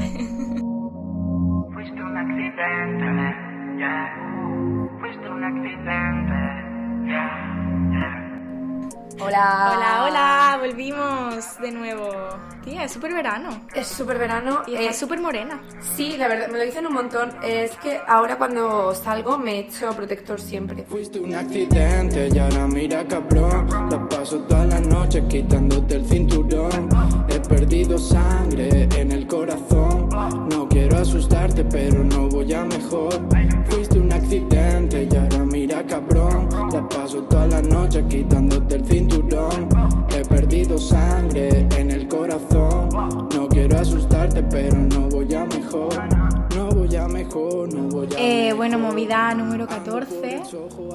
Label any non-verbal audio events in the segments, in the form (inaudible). eh. Hola. Hola, hola, volvimos de nuevo. Tía, es súper verano. Es súper verano. Y eh, es súper morena. sí, la verdad, me lo dicen un montón. Es que ahora cuando salgo me echo protector siempre. Fuiste un accidente y ahora mira cabrón La paso toda la noche quitándote el cinturón He perdido sangre en el corazón No quiero asustarte pero no voy a mejor Fuiste un accidente y ahora mira cabrón La paso toda la noche quitándote el cinturón He perdido sangre en el corazón No quiero asustarte pero no voy a mejor No voy a mejor, no voy a Eh, mejor bueno, movida número 14.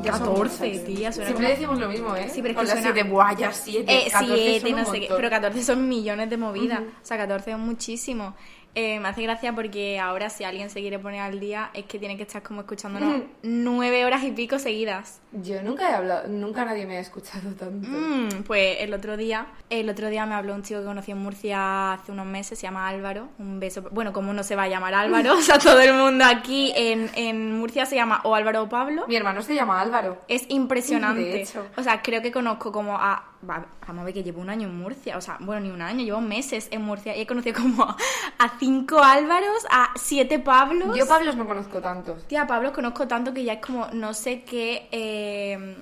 14, tía, suena Siempre como- decimos lo mismo, ¿eh? Sí, pero es Con que las suena- siete guayas, siete, Eh, 14 siete, son un no sé qué. montón. Pero 14 son millones de movidas. O sea, 14 es muchísimo. Eh, me hace gracia porque ahora si alguien se quiere poner al día es que tiene que estar como escuchándonos Ujú. nueve horas y pico seguidas. Yo nunca he hablado, nunca nadie me ha escuchado tanto. Mm, pues el otro día, el otro día me habló un chico que conocí en Murcia hace unos meses, se llama Álvaro, un beso, bueno, como no se va a llamar Álvaro, (laughs) o sea, todo el mundo aquí en, en Murcia se llama o Álvaro o Pablo. Mi hermano se llama Álvaro. Es impresionante. De hecho. O sea, creo que conozco como a. va, Vamos a ver que llevo un año en Murcia. O sea, bueno, ni un año, llevo meses en Murcia y he conocido como a, a cinco Álvaros, a siete Pablos. Yo Pablos no conozco tantos. Tía, a Pablos conozco tanto que ya es como no sé qué. eh,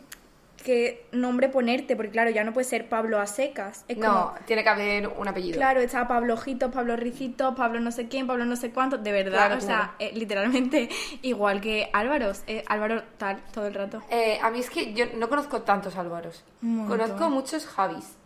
qué nombre ponerte, porque claro, ya no puede ser Pablo a secas. Es No, como. tiene que haber un apellido. Claro, está Pablo Ojitos, Pablo Ricitos, Pablo no sé quién, Pablo no sé cuánto. De verdad, Claro, o sea, claro. eh, literalmente (laughs) igual que Álvaros. eh, Álvaro tal, todo el rato. Eh, a mí es que yo no conozco tantos Álvaros. Un montón. Conozco muchos Javis.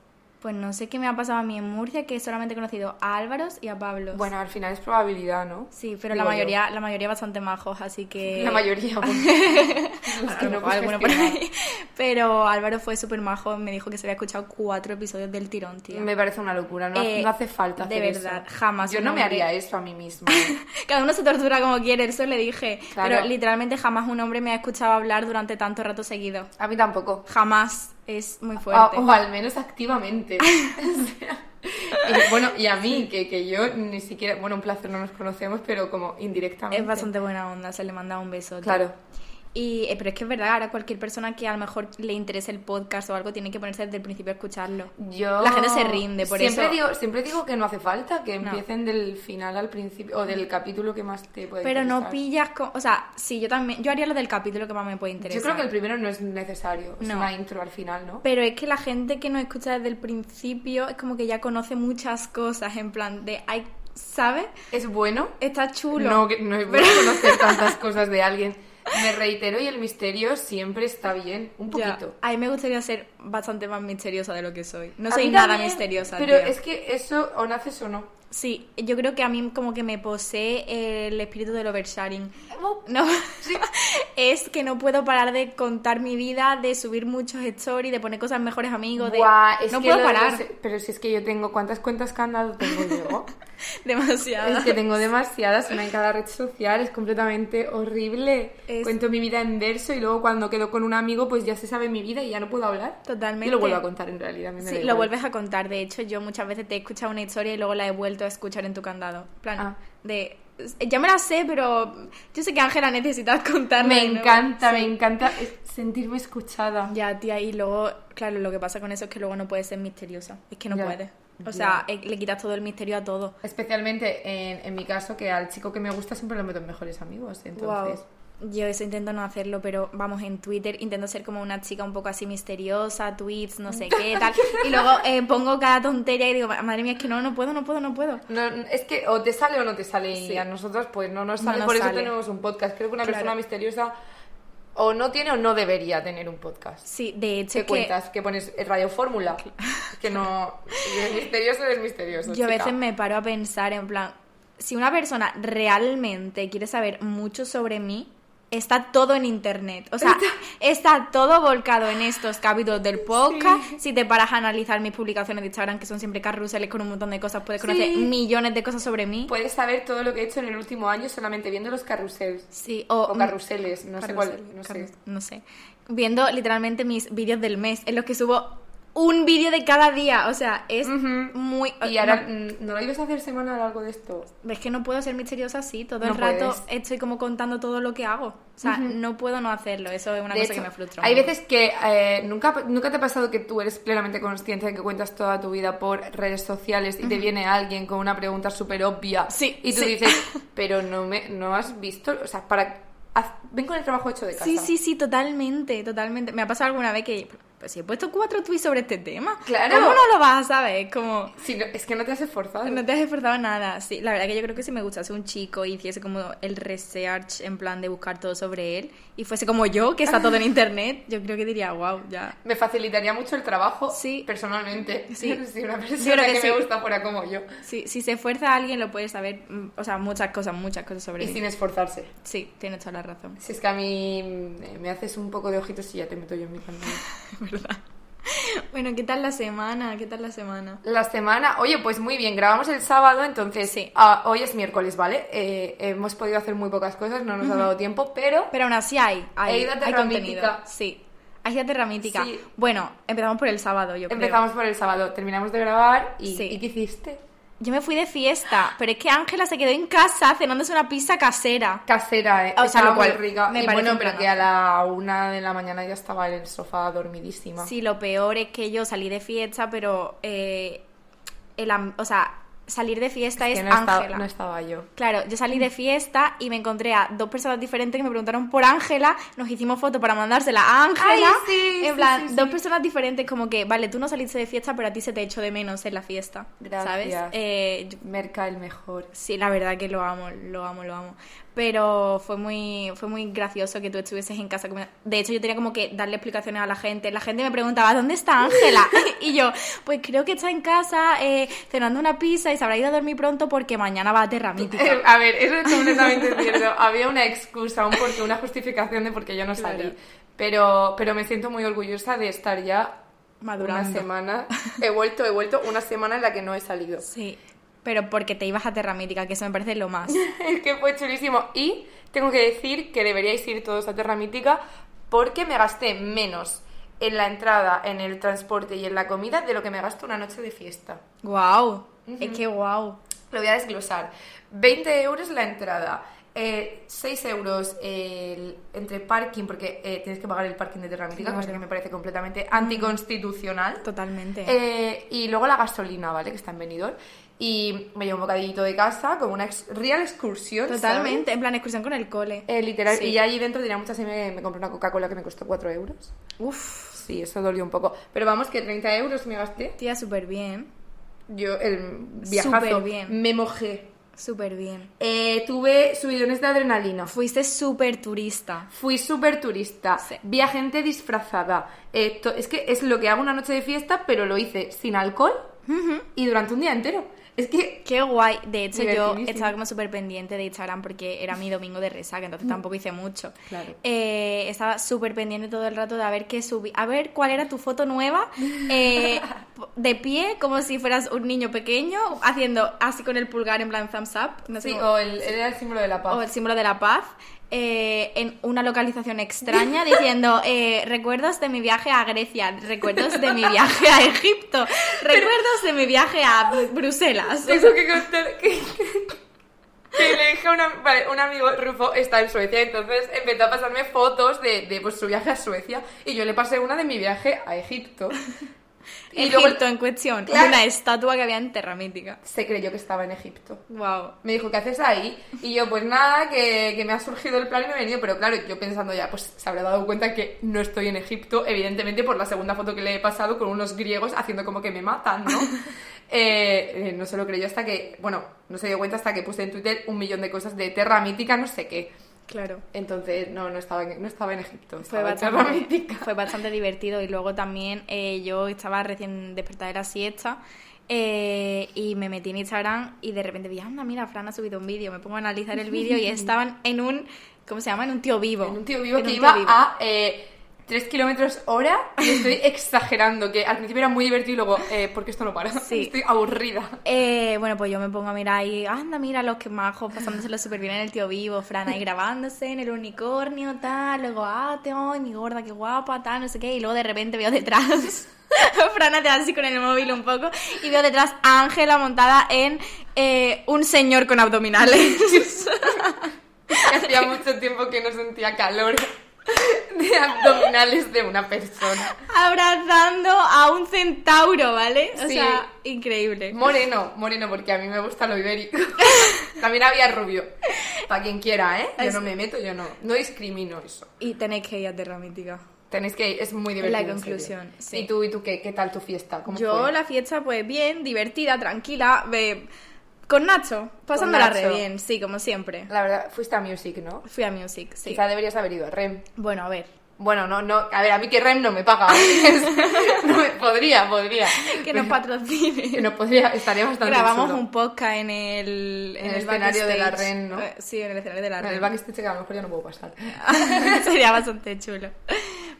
Pues no sé qué me ha pasado a mí en Murcia, que solamente he conocido a Álvaros y a Pablos. Bueno, al final es probabilidad, ¿no? sí, pero la Digo yo. mayoría, la mayoría bastante majos, así que... La (laughs) mayoría. bueno. Eh, Los A que lo no mejor puedes alguno por gestionar. ahí. (laughs) Pero Álvaro fue súper majo, me dijo que se había escuchado cuatro episodios del tirón, tío. (laughs) Me parece una locura, no, Eh, no hace falta de hacer eso. verdad, jamás Yo un no me hombre. haría eso a (laughs) mí misma. Cada uno se tortura como quiere, eso le dije. Claro. Pero literalmente jamás un hombre me ha escuchado hablar durante tanto rato seguido. A mí tampoco. Jamás. Es muy O, fuerte. o al menos activamente. (laughs) (laughs) O sea, y bueno, y a mí, que, que yo ni siquiera... Bueno, un placer, no nos conocemos, pero como indirectamente. es bastante buena onda, se le manda un beso. tío. Claro. Y, eh, pero es que es verdad, ahora cualquier persona que a lo mejor le interese el podcast o algo tiene que ponerse desde el principio a escucharlo. Yo... La gente se rinde, por siempre eso. Digo, siempre digo que no hace falta que No. empiecen del final al principio, o del capítulo que más te puede pero no interesar. pillas con... O sea, sí, yo también... Yo haría lo del capítulo que más me puede interesar. Yo creo que el primero no es necesario, es No. una intro al final, ¿no? Pero es que la gente que nos escucha desde el principio es como que ya conoce muchas cosas, en plan de... Ay, ¿Sabes? Es bueno, Está chulo. No, que- no es bueno conocer (laughs) tantas cosas de alguien. Me reitero y el misterio siempre está bien, un Ya, poquito. a mí me gustaría ser bastante más misteriosa de lo que soy. No A soy mí nada también, misteriosa. Pero tío. es que eso o naces o no. Sí, yo creo que a mí como que me posee el espíritu del oversharing. (laughs) No, (laughs) es que no puedo parar de contar mi vida, de subir muchos stories, de poner cosas en mejores amigos, de Buah, es no que puedo lo de parar los- e-, pero si es que yo tengo cuántas cuentas candado tengo yo. (laughs) demasiado. es que tengo demasiadas, una en cada red social, es completamente horrible. Es- Cuento mi vida en verso y luego cuando quedo con un amigo pues ya se sabe mi vida y ya no puedo hablar. Totalmente. Y lo vuelvo a contar en realidad. a mí me da Sí, lo igual. vuelves a contar. De hecho, yo muchas veces te he escuchado una historia y luego la he vuelto a escuchar en tu candado. En Plan, Ah. de ya me la sé, pero yo sé que Ángela necesita (laughs) contarla. Me de nuevo. encanta, Sí. me encanta eh, sentirme escuchada. Ya, tía, y luego, claro, lo que pasa con eso es que luego no puedes ser misteriosa. Es que no Ya. puedes. O Ya. sea, eh, le quitas todo el misterio a todo. Especialmente en, en mi caso, que al chico que me gusta siempre lo meto en mejores amigos. Entonces, Wow. Yo eso intento no hacerlo, pero vamos, en Twitter intento ser como una chica un poco así misteriosa, tweets, no sé qué, tal. Y luego eh, pongo cada tontería y digo, madre mía, es que no, no puedo, no puedo, no puedo. no, es que o te sale o no te sale. Y Sí. a nosotros, pues no nos sale. nos Por eso sale. tenemos un podcast. Creo que una Claro. persona misteriosa o no tiene o no debería tener un podcast. Sí, de hecho, ¿Qué es que cuentas? ¿Que pones eh, Radio Fórmula? Es que no. si eres misterioso, eres misterioso. yo a chica. veces me paro a pensar en plan, si una persona realmente quiere saber mucho sobre mí, está todo en internet. O sea, está todo volcado en estos capítulos del podcast. Si te paras a analizar mis publicaciones de Instagram, que son siempre carruseles con un montón de cosas, puedes conocer Sí. Pues, millones de cosas sobre mí. Puedes saber todo lo que he hecho en el último año solamente viendo los carruseles. Sí, o, O carruseles, no sé Carrusel, cuál. No sé. carrus- no sé. Viendo literalmente mis vídeos del mes, en los que subo un vídeo de cada día. O sea, es Ujú. muy. Y ahora, mm, ¿no lo ibas a hacer semanal algo de esto? Es que no puedo ser misteriosa así. Todo el No rato puedes. estoy como contando todo lo que hago. O sea, no puedo no hacerlo. Eso es una De cosa hecho, que me frustra. un Hay montón. veces que eh, nunca, nunca te ha pasado que tú eres plenamente consciente de que cuentas toda tu vida por redes sociales y te viene alguien con una pregunta súper obvia. Sí, Y tú sí. dices, (laughs) pero no me no has visto. O sea, para. haz- ven con el trabajo hecho de casa. Sí, sí, sí, totalmente, totalmente. Me ha pasado alguna vez que. Pues si he puesto cuatro tweets sobre este tema. Claro. ¿Cómo no lo vas a saber? Es Como. Si no- es que no te has esforzado. No te has esforzado nada, sí. La verdad que yo creo que si me gustase un chico y hiciese como el research en plan de buscar todo sobre él y fuese como yo, que está todo (laughs) en internet, yo creo que diría, wow, ya. Me facilitaría mucho el trabajo Sí. personalmente. Sí. (laughs) Si una Yo persona creo que, que sí. me gusta fuera como yo. Si, si se esfuerza alguien lo puede saber, mm, o sea, muchas cosas, muchas cosas sobre Y mí. sin esforzarse. Sí, tienes toda la razón. Si es que a mí mm, me haces un poco de ojitos y ya te meto yo en mi camino. (laughs) Bueno, ¿qué tal la semana? ¿Qué tal la semana? La semana, oye, pues muy bien, grabamos el sábado, entonces Sí. ah, hoy es miércoles, ¿vale? Eh, hemos podido hacer muy pocas cosas, no nos ha dado tiempo, pero Pero aún así hay, hay, Hay data hay contenido. ramítica. Sí, hay data ramítica. Sí. Bueno, empezamos por el sábado, yo creo. empezamos por el sábado, terminamos de grabar y, Sí. ¿y qué hiciste? Yo me fui de fiesta, pero es que Ángela se quedó en casa cenándose una pizza casera. Casera, eh. Ah, O sea, estaba lo cual muy rica. me y parece bueno, un pero planazo. que a la una de la mañana ya estaba en el sofá dormidísima. Sí, lo peor es que yo salí de fiesta, pero. eh, el am- o sea, salir de fiesta es que no, Ángela. estaba, no estaba yo. Claro, yo salí de fiesta y me encontré a dos personas diferentes que me preguntaron por Ángela, nos hicimos fotos para mandársela a Ángela. Ay, sí, en sí, plan, sí, sí. dos personas diferentes, como que, vale, tú no saliste de fiesta, pero a ti se te echó de menos en la fiesta. ¿Sabes? Gracias. Eh, yo- Merca el mejor. Sí, la verdad que lo amo, lo amo, lo amo. Pero fue muy, fue muy gracioso que tú estuvieses en casa. comiendo. De hecho, yo tenía como que darle explicaciones a la gente. La gente me preguntaba, ¿dónde está (laughs) Ángela? (laughs) y yo, pues creo que está en casa eh, cenando una pizza y se habrá ido a dormir pronto porque mañana va a Terra Mítica. Eh, A ver, eso es completamente cierto. Había una excusa, un porqué, una justificación de por qué yo no salí. Claro. Pero, pero me siento muy orgullosa de estar ya Madurando. una semana. He vuelto, he vuelto una semana en la que no he salido. Sí, pero porque te ibas a Terra Mítica, que eso me parece lo más. (laughs) Es que fue chulísimo. Y tengo que decir que deberíais ir todos a Terra Mítica porque me gasté menos en la entrada, en el transporte y en la comida de lo que me gasto una noche de fiesta. ¡Guau! Es que guau. Lo voy a desglosar. 20 euros la entrada. eh, 6 euros el- entre parking, porque eh, tienes que pagar el parking de Terra Mítica, cosa Claro. que me parece completamente anticonstitucional. Totalmente. Eh, y luego la gasolina, ¿vale? Que está en Benidorm. Y me llevo un bocadillito de casa, como una ex- real excursión. ¿sabes? Totalmente. En plan, excursión con el cole. Eh, literal. Sí. Y allí dentro tenía muchas y me, me compré una Coca-Cola que me costó 4 euros. Uf, Sí, eso dolió un poco. Pero vamos, que 30 euros me gasté. tía, súper bien. Yo, el viajazo, Superbién. me mojé. Súper bien. Eh, tuve subidones de adrenalina. Fuiste súper turista. Fui súper turista. Sí. Vi a gente disfrazada. Eh, to- es que es lo que hago una noche de fiesta, pero lo hice sin alcohol y durante un día entero. Es que. Qué guay. De hecho, yo Divertidísimo. estaba como súper pendiente de Instagram porque era mi domingo de resaca, entonces tampoco hice mucho. Mm. Claro. Eh, estaba súper pendiente todo el rato de a ver qué subí, a ver cuál era tu foto nueva (laughs) eh, de pie, como si fueras un niño pequeño, haciendo así con el pulgar en plan thumbs up. No sé Sí, cómo- o el, era el símbolo de la paz. o el símbolo de la paz eh, en una localización extraña (laughs) diciendo eh, recuerdos de mi viaje a Grecia, recuerdos de mi viaje a (laughs) Egipto, recuerdos de mi viaje a Bru- Bruselas. Tengo que contar que, que le dije a una- vale, un amigo, Rufo, está en Suecia, entonces empezó a pasarme fotos de, de, pues, su viaje a Suecia y yo le pasé una de mi viaje a (laughs) Egipto. Y Egipto luego en cuestión, Claro. una estatua que había en Terra Mítica. se creyó que estaba en Egipto. Wow. Me dijo, ¿qué haces ahí? Y yo, pues nada, que, que me ha surgido el plan y me he venido. Pero claro, yo pensando ya, pues se habrá dado cuenta que no estoy en Egipto, evidentemente por la segunda foto que le he pasado con unos griegos haciendo como que me matan, (laughs) ¿no? Eh, eh, no se lo creyó hasta que, bueno, no se dio cuenta hasta que puse en Twitter un millón de cosas de Terra Mítica, no sé qué. Claro. Entonces, no, no estaba en, no estaba en Egipto, Fue estaba en Terra bastante, Mítica. fue bastante divertido y luego también eh, yo estaba recién despertada de la siesta eh, y me metí en Instagram y de repente vi, anda, mira, Fran ha subido un vídeo, me pongo a analizar (laughs) el vídeo y estaban en un, ¿cómo se llama? En un tío vivo. En un tío vivo En que un iba tío vivo. a eh, 3 kilómetros hora y (laughs) estoy exagerando, que al principio era muy divertido y luego, eh, ¿por qué esto no para? Sí. (laughs) Estoy aburrida. Eh, bueno, pues yo me pongo a mirar ahí, anda, mira los que majos, pasándoselo súper bien en el tío vivo, Fran ahí grabándose en el unicornio, tal, luego, ah, te ay, mi gorda, qué guapa, tal, no sé qué, y luego de repente veo detrás, (laughs) Fran hace así con el móvil un poco, y veo detrás a Ángela montada en eh, un señor con abdominales. (laughs) (laughs) Hacía mucho tiempo que no sentía calor de abdominales de una persona. abrazando a un centauro, ¿vale? O Sí. sea, increíble. Moreno, moreno, porque a mí me gusta lo ibérico. (laughs) También había rubio. Para quien quiera, ¿eh? Yo no me meto, yo no. No discrimino eso. Y tenéis que ir a Terra Mítica. Tenéis que ir, es muy divertido. La en serio. conclusión, sí. ¿Y tú, y tú qué, qué tal tu fiesta? ¿Cómo Yo fue? la fiesta, pues bien, divertida, tranquila, ve- con Nacho, pasándola Nacho. re bien, sí, como siempre. La verdad, fuiste a Music, ¿no? Fui a Music, sí. Quizá deberías haber ido a REM. Bueno, (laughs) a ver. Bueno, no, no. A ver, a mí que REM no me paga. (laughs) no me, podría, podría. (laughs) Que nos Que patrocine. no podría, estaría bastante Grabamos chulo. un podcast en el... En el escenario de la backstage. Ren, ¿no? Eh, Sí, en el escenario de la En Ren. el backstage que este a lo mejor ya no puedo pasar. (laughs) Sería bastante chulo.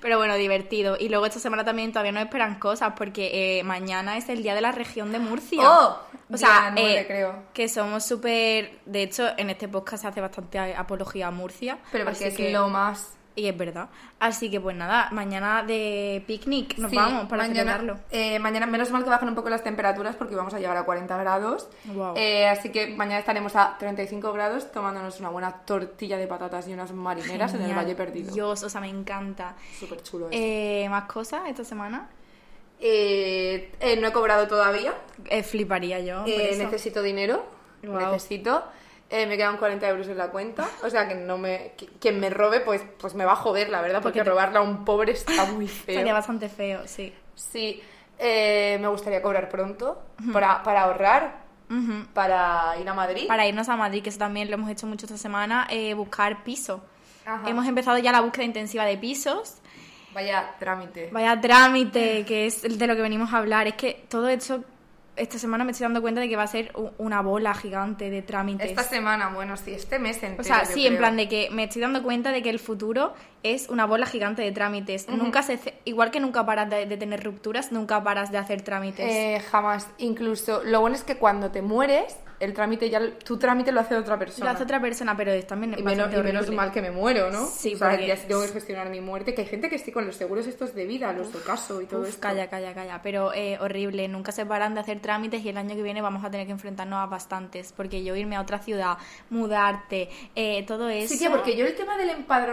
Pero bueno, divertido. Y luego esta semana también todavía no esperan cosas porque eh, mañana es el día de la región de Murcia. ¡Oh! o Día sea, nueve, eh, creo. que somos súper... De hecho, en este podcast se hace bastante apología a Murcia. Pero porque así es lo más... Y es verdad. Así que pues nada, mañana de picnic nos Sí, vamos para mañana, celebrarlo. eh, mañana, menos mal que bajan un poco las temperaturas porque vamos a llegar a 40 grados. Guau. Eh, así que mañana estaremos a 35 grados tomándonos una buena tortilla de patatas y unas marineras en el Genial. Valle Perdido. Dios, o sea, me encanta. Súper chulo eso. Eh, ¿Más cosas esta semana? Eh, eh, no he cobrado todavía. Eh, fliparía yo. por Eh, eso. necesito dinero. Guau. Necesito. Eh, me quedan 40 euros en la cuenta. O sea que no me. que- Quien me robe, pues, pues me va a joder, la verdad, porque Porque te- robarla a un pobre está (laughs) muy feo. Sería bastante feo, sí. Sí, eh, me gustaría cobrar pronto para, para ahorrar, Ujú. para ir a Madrid. para irnos a Madrid, que eso también lo hemos hecho mucho esta semana, eh, buscar piso. Ajá. Hemos empezado ya la búsqueda intensiva de pisos. Vaya trámite. Vaya trámite, que es de lo que venimos a hablar. Es que todo esto, esta semana me estoy dando cuenta de que va a ser u- una bola gigante de trámites. Esta semana, bueno, sí, este mes entero. o sea, yo sí, en creo. plan de que me estoy dando cuenta de que el futuro es una bola gigante de trámites. Nunca se, ce- igual que nunca paras de, de tener rupturas, nunca paras de hacer trámites. Eh, jamás. Incluso, lo bueno es que cuando te mueres, el trámite ya, tu trámite lo hace otra Lo persona. hace otra persona, pero es también Y menos, bastante y menos horrible. mal que me muero, ¿no? Sí, o sea, porque- ya sí tengo que gestionar mi muerte. Que hay gente que sí con los seguros estos de vida, los de caso y todo Uf, esto. calla, calla, calla. Pero eh, horrible, nunca se paran de hacer trámites y el año que viene vamos a tener que enfrentarnos a bastantes. Porque yo irme a otra ciudad, mudarte, eh, todo eso. Sí, tía, porque yo el tema del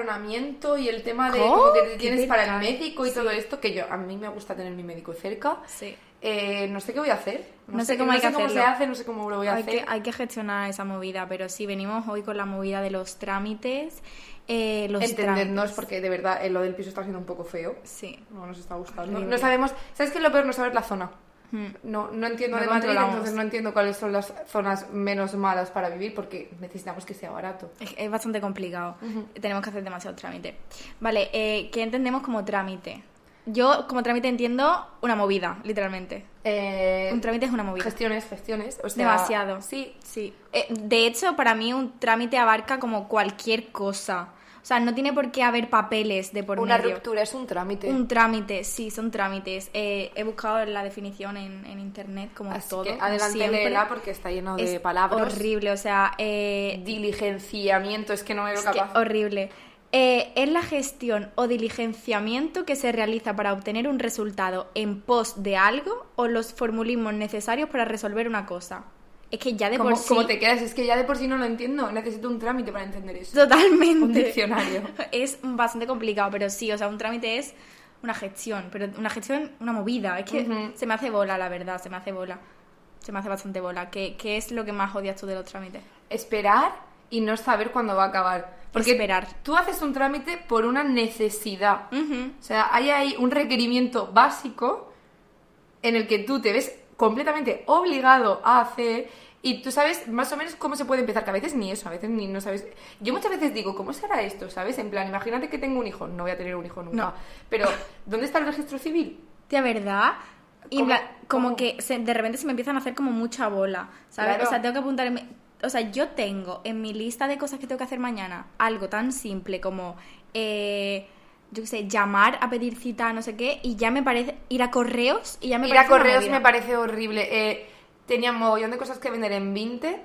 empadronamiento y el tema de ¿Cómo? como que ¡Oh, Qué te tienes para el percal. médico y todo esto, que yo a mí me gusta tener mi médico cerca, Sí. eh, no sé qué voy a hacer. No sé cómo hay que No sé cómo hacerlo. se hace, no sé cómo lo voy a Hay hacer. que, hay que gestionar esa movida, pero sí, venimos hoy con la movida de los trámites. eh, los Entendernos, trámites. porque de verdad eh, lo del piso está siendo un poco feo. Sí. No nos está gustando. Horrible. No sabemos, ¿sabes qué es lo peor? No saber la zona. Mm. No, no entiendo No de Madrid, controlamos. entonces no entiendo cuáles son las zonas menos malas para vivir porque necesitamos que sea barato. Es, es bastante complicado. Tenemos que hacer demasiado trámite. Vale, eh, ¿qué entendemos como trámite? Yo como trámite entiendo una movida, literalmente. Eh, Un trámite es una movida. gestiones, gestiones. O sea, Demasiado. Sí, Sí. Eh, de hecho, para mí un trámite abarca como cualquier cosa. O sea, no tiene por qué haber papeles de por una medio. ruptura es un trámite. Un trámite, sí, son trámites. Eh, he buscado la definición en, en internet como Así todo. que como adelante siempre. léela porque está lleno de Es palabras. Horrible, o sea, eh, Diligenciamiento, es que no me veo es que capaz. horrible. Eh, es la gestión o diligenciamiento que se realiza para obtener un resultado en pos de algo o los formulismos necesarios para resolver una cosa. Es que ya de ¿Cómo, por sí... cómo te quedas? Es que ya de por sí no lo entiendo. Necesito un trámite para entender eso. Totalmente. Un diccionario. (laughs) Es bastante complicado, pero sí, o sea, un trámite es una gestión, pero una gestión, una movida. Es que Ujú. se me hace bola, la verdad, se me hace bola. Se me hace bastante bola. ¿Qué, qué es lo que más odias tú de los trámites? Esperar y no saber cuándo va a acabar. Porque Esperar. tú haces un trámite por una necesidad. Ujú. O sea, hay ahí un requerimiento básico en el que tú te ves completamente obligado a hacer y tú sabes más o menos cómo se puede empezar, que a veces ni eso, a veces ni no sabes. Yo muchas veces digo, ¿cómo será esto? ¿Sabes? En plan, imagínate que tengo un hijo, no voy a tener un hijo nunca, No. pero ¿dónde está el registro civil? De verdad. Y en ¿Cómo- plan, como cómo? que se- de repente se me empiezan a hacer como mucha bola, ¿sabes? Claro. O sea, tengo que apuntar... en mi- O sea, yo tengo en mi lista de cosas que tengo que hacer mañana algo tan simple como, eh, yo qué sé, llamar a pedir cita, no sé qué, y ya me parece, ir a correos y ya me Ir a parece una correos movida. me parece horrible. Eh, tenía un mogollón de cosas que vender en 20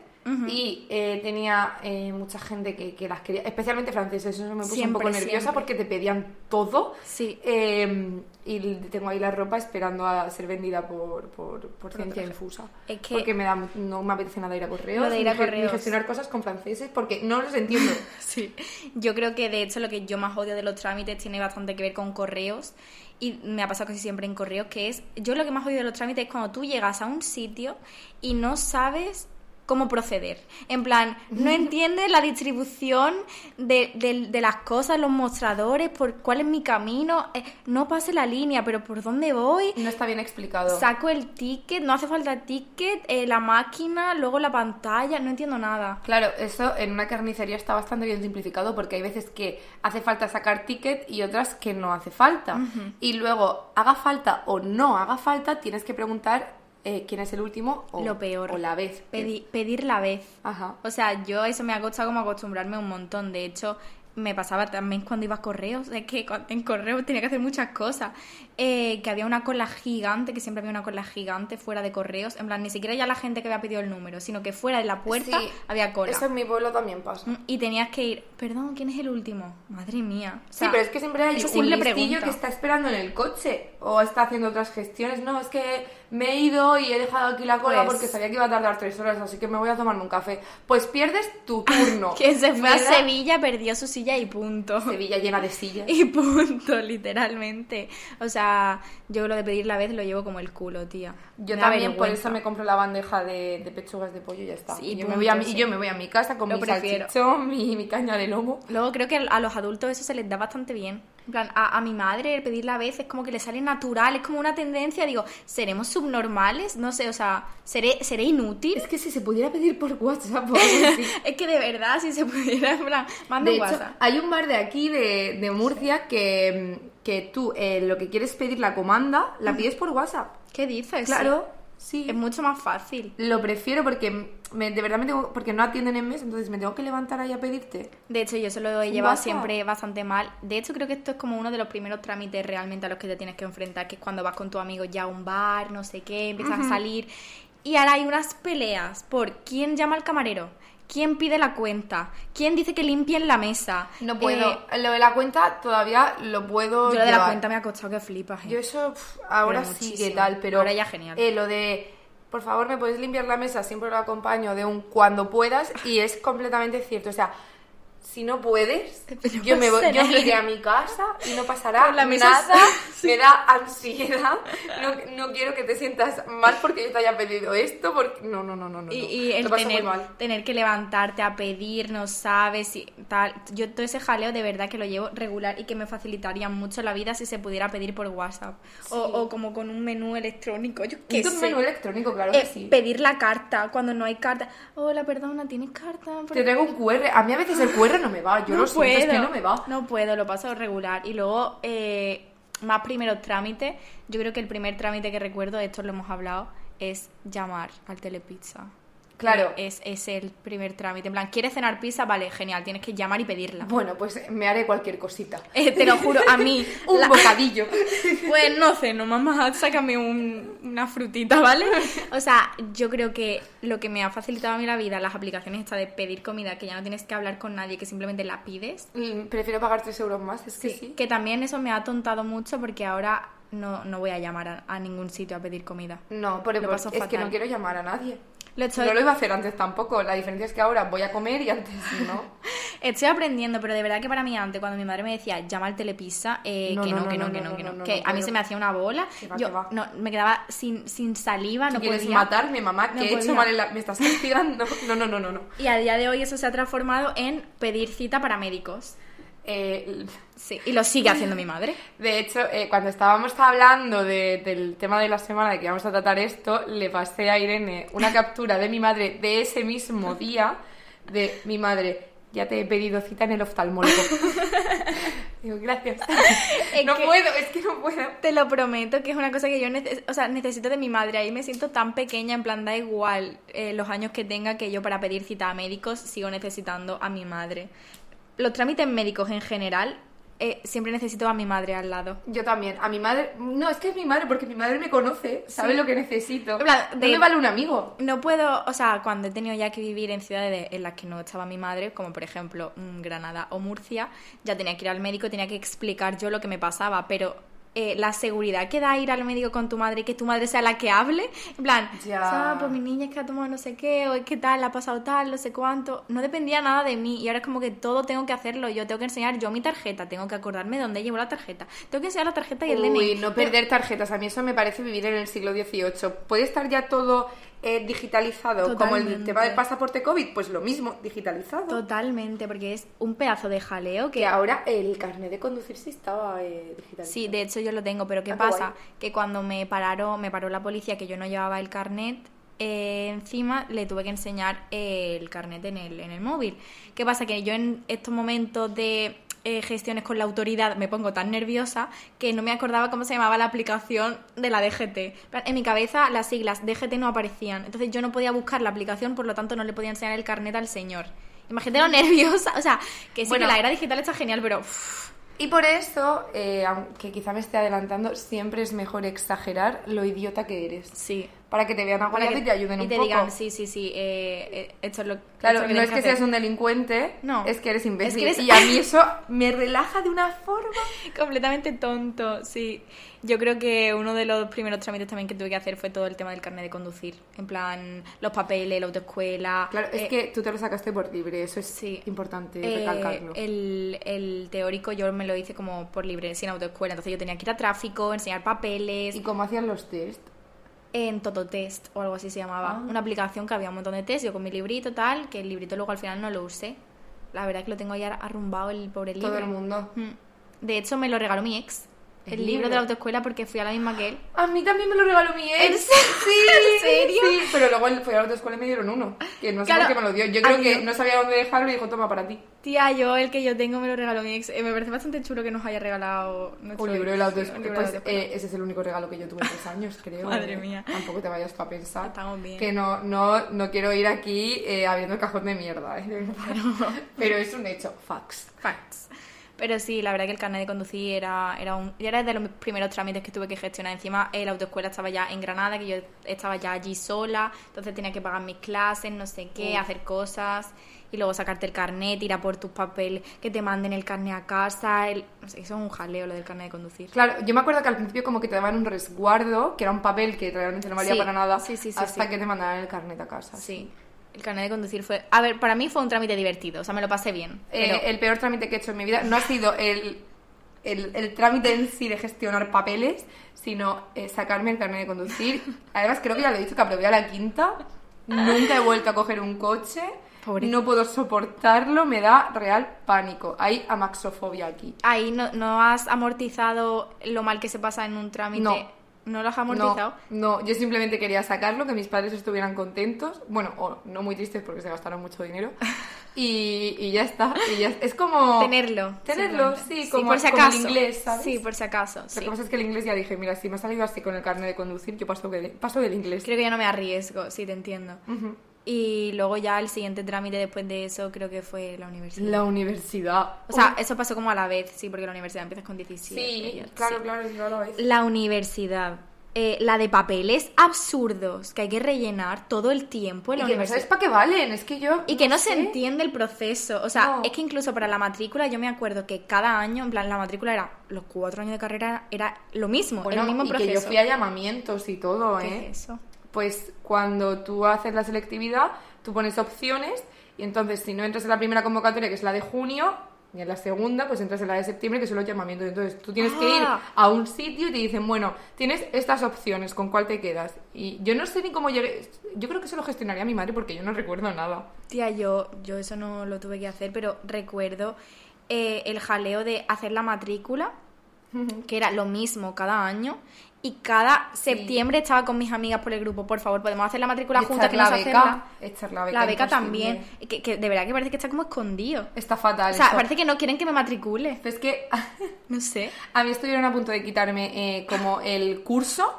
y eh, tenía eh, mucha gente que, que las quería, especialmente franceses. Eso me puso un Siempre, poco nerviosa siempre. porque te pedían todo. Sí. Eh, y tengo ahí la ropa esperando a ser vendida por, por, por ciencia infusa. Es que- Porque me da, mu- no me apetece nada ir a correos, Lo de ir a ni ge- ni correos. gestionar cosas con franceses porque no los (laughs) entiendo. Sí, yo creo que de hecho lo que yo más odio de los trámites tiene bastante que ver con correos y me ha pasado casi siempre en correos que es, yo lo que más odio de los trámites es cuando tú llegas a un sitio y no sabes cómo proceder. En plan, no entiendes la distribución de, de- de las cosas, los mostradores, por cuál es mi camino, eh, no pase la línea, pero por dónde voy. No está bien explicado. Saco el ticket, no hace falta el ticket, eh, la máquina, luego la pantalla, no entiendo nada. Claro, eso en una carnicería está bastante bien simplificado porque hay veces que hace falta sacar ticket y otras que no hace falta. Y luego, haga falta o no haga falta, tienes que preguntar eh, quién es el último o, Lo peor. o la vez. Pedi- pedir la vez. Ajá. O sea, yo eso me ha costado como acostumbrarme un montón. De hecho, me pasaba también cuando iba a correos. Es que cu- en correos tenía que hacer muchas cosas. Eh, que había una cola gigante, que siempre había una cola gigante fuera de correos. En plan, ni siquiera ya la gente que había pedido el número, sino que fuera de la puerta Sí, había cola. Eso en mi pueblo también pasa. Mm, Y tenías que ir, perdón, ¿quién es el último? Madre mía. O Sí, sea, pero es que siempre hay esa un simple listillo pregunta. que está esperando en el coche o está haciendo otras gestiones. No, es que me he ido y he dejado aquí la cola Pues- porque sabía que iba a tardar tres horas, así que me voy a tomarme un café. Pues pierdes tu (laughs) turno. Quien se fue Me a da- Sevilla perdió su silla y punto. Sevilla llena (laughs) de sillas. Y punto, literalmente. O sea, yo lo de pedir la vez lo llevo como el culo, tía. Yo Me da también por vergüenza. eso me compro la bandeja de, de pechugas de pollo y ya está. Sí, y, yo me punto, voy a mi, sí. y yo me voy a mi casa con Lo mi prefiero. salchichón, mi, mi caña de lomo. Luego creo que a los adultos eso se les da bastante bien. En plan, a, a mi madre el pedirla a veces como que le sale natural, es como una tendencia. Digo, ¿seremos subnormales? No sé, o sea, ¿seré, seré inútil? Es que si se pudiera pedir por WhatsApp o algo así. (laughs) Es que de verdad, si se pudiera, en plan, manda De un hecho, WhatsApp. hay un bar de aquí, de, de Murcia, que, que tú eh, lo que quieres pedir la comanda, la pides por WhatsApp. ¿Qué dices? Claro, sí. Sí. Es mucho más fácil. Lo prefiero porque me- de verdad me tengo, porque no atienden en mes, entonces me tengo que levantar ahí a pedirte. De hecho, yo eso lo he Sin llevado WhatsApp. siempre bastante mal. De hecho, creo que esto es como uno de los primeros trámites realmente a los que te tienes que enfrentar, que es cuando vas con tu amigo ya a un bar, no sé qué, empiezas a salir. Y ahora hay unas peleas por quién llama al camarero, quién pide la cuenta, quién dice que limpien la mesa. No puedo. Eh, lo de la cuenta todavía lo puedo yo lo de la llevar. cuenta me ha costado que flipas. eh. Yo eso pf, ahora Pero sí que muchísimo. tal, pero... Ahora ya genial. eh, lo de, por favor, ¿me puedes limpiar la mesa? Siempre lo acompaño de un cuando puedas y es completamente cierto. O sea, si no puedes, (laughs) Pero no yo me pasa voy, yo nada. me iré a mi casa y (laughs) no pasará Con la mesa nada. sí. Me da ansiedad. No, no quiero que te sientas mal porque yo te haya pedido esto. Porque... No, no, no, no, no. Y, no. y el Lo paso muy tener, mal. tener que levantarte a pedir, no sabes, y tal. Yo todo ese jaleo de verdad que lo llevo regular y que me facilitaría mucho la vida si se pudiera pedir por WhatsApp. O, Sí. o como con un menú electrónico, yo qué Y un sé. menú electrónico, claro Eh, que sí. Pedir la carta cuando no hay carta. Hola, perdona, ¿tienes carta? Por Te traigo un QR. A mí a veces el QR no me va. Yo lo siento, es que no me va. No puedo, lo paso regular. Y luego, eh, más primeros trámites. Yo creo que el primer trámite que recuerdo, esto lo hemos hablado, es llamar al Telepizza. Claro. Es, es el primer trámite. En plan, ¿quieres cenar pizza? Vale, genial, tienes que llamar y pedirla. Bueno, pues me haré cualquier cosita. (laughs) Eh, te lo juro, a mí. (laughs) Un la- bocadillo. (laughs) Pues no sé, no mamá, sácame un- una frutita, ¿vale? O sea, yo creo que lo que me ha facilitado a mí la vida, las aplicaciones esta de pedir comida, que ya no tienes que hablar con nadie, que simplemente la pides, Mm, Prefiero pagar 3 euros más, es que Sí, sí. que también eso me ha tontado mucho porque ahora no, no voy a llamar a, a ningún sitio a pedir comida. No, pero Lo por- paso es que fatal. no quiero llamar a nadie. Lo estoy, No lo iba a hacer antes tampoco. La diferencia es que ahora voy a comer (laughs) y antes no. estoy aprendiendo, pero de verdad que para mí antes, cuando mi madre me decía, llama al telepizza, eh, No, que no, no, no, que no, no, que no, no, que no, no, no, que no a mí puedo. se me hacía una bola, Que va, yo que va. no, me quedaba sin, sin saliva, Ah, no ¿Quieres podía. matarme, mamá? No que he hecho podía. mal? en la- ¿Me estás castigando? (laughs) No, no, no, no. no. Y a día de hoy eso se ha transformado en pedir cita para médicos. Eh, Sí, y lo sigue haciendo mi madre. de hecho, eh, cuando estábamos hablando de- del tema de la semana de que íbamos a tratar esto, le pasé a Irene una captura de mi madre de ese mismo día, de mi madre, ya te he pedido cita en el oftalmólogo. Digo, gracias. Es no que- puedo, es que no puedo. Te lo prometo que es una cosa que yo neces- o sea, necesito de mi madre. Ahí me siento tan pequeña, en plan, da igual eh, los años que tenga que yo para pedir cita a médicos sigo necesitando a mi madre. Los trámites médicos en general eh, siempre necesito a mi madre al lado. Yo también. A mi madre. No, es que es mi madre, porque mi madre me conoce, sabe Sí. lo que necesito. En plan, No de- me vale un amigo. No puedo, o sea, cuando he tenido ya que vivir en ciudades en las que no estaba mi madre, como por ejemplo mm, Granada o Murcia, ya tenía que ir al médico, tenía que explicar yo lo que me pasaba, pero eh, la seguridad que da ir al médico con tu madre, que tu madre sea la que hable, en plan, Ya. "Ah, pues mi niña es que ha tomado no sé qué, o es que tal, ha pasado tal, no sé cuánto, no dependía nada de mí y ahora es como que todo tengo que hacerlo, yo tengo que enseñar yo mi tarjeta, tengo que acordarme dónde llevo la tarjeta, tengo que enseñar la tarjeta y el E. Uy, DNI. no perder tarjetas. A mí eso me parece vivir en el siglo XVIII. Puede estar ya todo eh, digitalizado, como el Totalmente. tema del pasaporte COVID, pues lo mismo, digitalizado. Totalmente, porque es un pedazo de jaleo que que ahora el carnet de conducir sí estaba eh, digitalizado. Sí, de hecho yo lo tengo, pero ¿qué Ah, qué pasa? guay. Que cuando me pararon, me paró la policía que yo no llevaba el carnet, eh, encima le tuve que enseñar eh, el carnet en el, en el móvil. ¿Qué pasa? Que yo en estos momentos de eh, gestiones con la autoridad me pongo tan nerviosa que no me acordaba cómo se llamaba la aplicación de la DGT. En plan, En mi cabeza las siglas DGT no aparecían, entonces yo no podía buscar la aplicación, por lo tanto no le podía enseñar el carnet al señor. Imagínate lo (laughs) nerviosa, o sea, que sí Bueno. que la era digital está genial, pero... uff, Y por eso, eh, aunque quizá me esté adelantando, siempre es mejor exagerar lo idiota que eres. sí. Para que te vean Para agobiado que- y te ayuden y un te poco. digan, sí, sí, sí, eh, eh, esto es lo Claro, esto no es tienes que hacer". seas un delincuente, No. es que eres Es imbécil. que eres- Y a mí eso me relaja de una forma. (laughs) Completamente tonto, sí. Yo creo que uno de los primeros trámites también que tuve que hacer fue todo el tema del carnet de conducir. En plan, los papeles, la autoescuela... Claro, es eh, que tú te lo sacaste por libre, eso es sí. importante eh, recalcarlo. el, el teórico yo me lo hice como por libre, sin autoescuela. Entonces yo tenía que ir a tráfico, enseñar papeles... ¿Y cómo hacían los test? en Tototest o algo así se llamaba. Ah. Una aplicación que había un montón de test, yo con mi librito tal, que el librito luego al final no lo usé. La verdad es que lo tengo ya arrumbado el pobre libro. Todo el mundo. Mm. De hecho, me lo regaló mi ex. ¿El El, libro? libro? de la autoescuela porque fui a la misma que él. A mí también me lo regaló mi ex. ¿En Sí, (laughs) serio? ¿En Sí, pero luego él fue a la autoescuela y me dieron uno. Que no sé Claro, por qué me lo dio. Yo a creo mí que no. no sabía dónde dejarlo y dijo, toma para ti. Tía, yo el que yo tengo me lo regaló mi ex. Eh, me parece bastante chulo que nos haya regalado nuestro Un libro de ex. la Sí, autoescuela. un libro de Pues la autoescuela. eh, ese es el único regalo que yo tuve en tres años, creo. eh. Madre mía. Tampoco te vayas tú a pensar. Estamos bien. Que no, no, no quiero ir aquí eh, abriendo el cajón de mierda, eh, de verdad. (laughs) Pero es un hecho. Facts. Facts. Pero sí, la verdad que el carnet de conducir era, era, un, ya era de los primeros trámites que tuve que gestionar. Encima, eh, la autoescuela estaba ya en Granada, que yo estaba ya allí sola, entonces tenía que pagar mis clases, no sé qué, Uf. hacer cosas, y luego sacarte el carnet, ir a por tus papeles, que te manden el carnet a casa. el- no sé, eso es un jaleo lo del carnet de conducir. Claro, yo me acuerdo que al principio como que te daban un resguardo, que era un papel que realmente no valía Sí, para nada, sí, sí, sí, hasta sí. que te mandaran el carnet a casa. Eh, Sí, el carnet de conducir fue... A ver, para mí fue un trámite divertido, o sea, me lo pasé bien. Eh, pero- el peor trámite que he hecho en mi vida no ha sido el, el- el trámite en sí de gestionar papeles, sino eh, sacarme el carnet de (laughs) conducir. Además, creo que ya lo he dicho, que aprobé a la quinta. Nunca he vuelto a coger un coche. Pobre. No puedo soportarlo, me da real pánico. Hay amaxofobia aquí. Ahí no, no has amortizado lo mal que se pasa en un trámite. No. ¿No lo has amortizado? No, no, yo simplemente quería sacarlo, que mis padres estuvieran contentos, bueno, o no muy tristes porque se gastaron (laughs) mucho dinero, y, y ya está, y ya- es como... Tenerlo. Tenerlo, simplemente. sí, como, por si como el acaso. inglés, ¿sabes? Sí, por si acaso. sí. Lo que pasa es que el inglés ya dije, mira, si me ha salido así con el carnet de conducir, yo paso, que- paso del inglés. Creo que ya no me arriesgo, sí, te entiendo. Ujú. Y luego ya el siguiente trámite después de eso creo que fue la universidad. La universidad. O sea, eso pasó como a la vez, sí, porque la universidad empiezas con 17. sí, ellos, claro, sí. claro, yo lo veis. La universidad. eh, la de papeles absurdos que hay que rellenar todo el tiempo en la Y que no universidad. sabes para qué valen, es que yo... Y que no, se sé. entiende el proceso. O sea, No. es que incluso para la matrícula, yo me acuerdo que cada año, en plan, la matrícula era los cuatro años de carrera, era lo mismo, Bueno, el mismo y proceso. que yo fui a llamamientos y todo, ¿eh? ¿Qué es eso? pues cuando tú haces la selectividad, tú pones opciones y entonces si no entras en la primera convocatoria, que es la de junio, ni en la segunda, pues entras en la de septiembre, que son los llamamientos. Entonces tú tienes que ir Ah. a un sitio y te dicen, bueno, tienes estas opciones, ¿con cuál te quedas? Y yo no sé ni cómo llegué... Yo creo que eso lo gestionaría mi madre porque yo no recuerdo nada. Tía, yo, yo eso no lo tuve que hacer, pero recuerdo eh, el jaleo de hacer la matrícula, que era lo mismo cada año, y cada septiembre estaba con mis amigas por el grupo, por favor, podemos hacer la matrícula Echar juntas, que la no sé beca, hacerla. echar la beca La beca imposible. también, que, que de verdad que parece que está como escondido. Está fatal. O sea, eso. parece que no quieren que me matricule. Es que (laughs) No sé. A mí estuvieron a punto de quitarme eh, como el curso,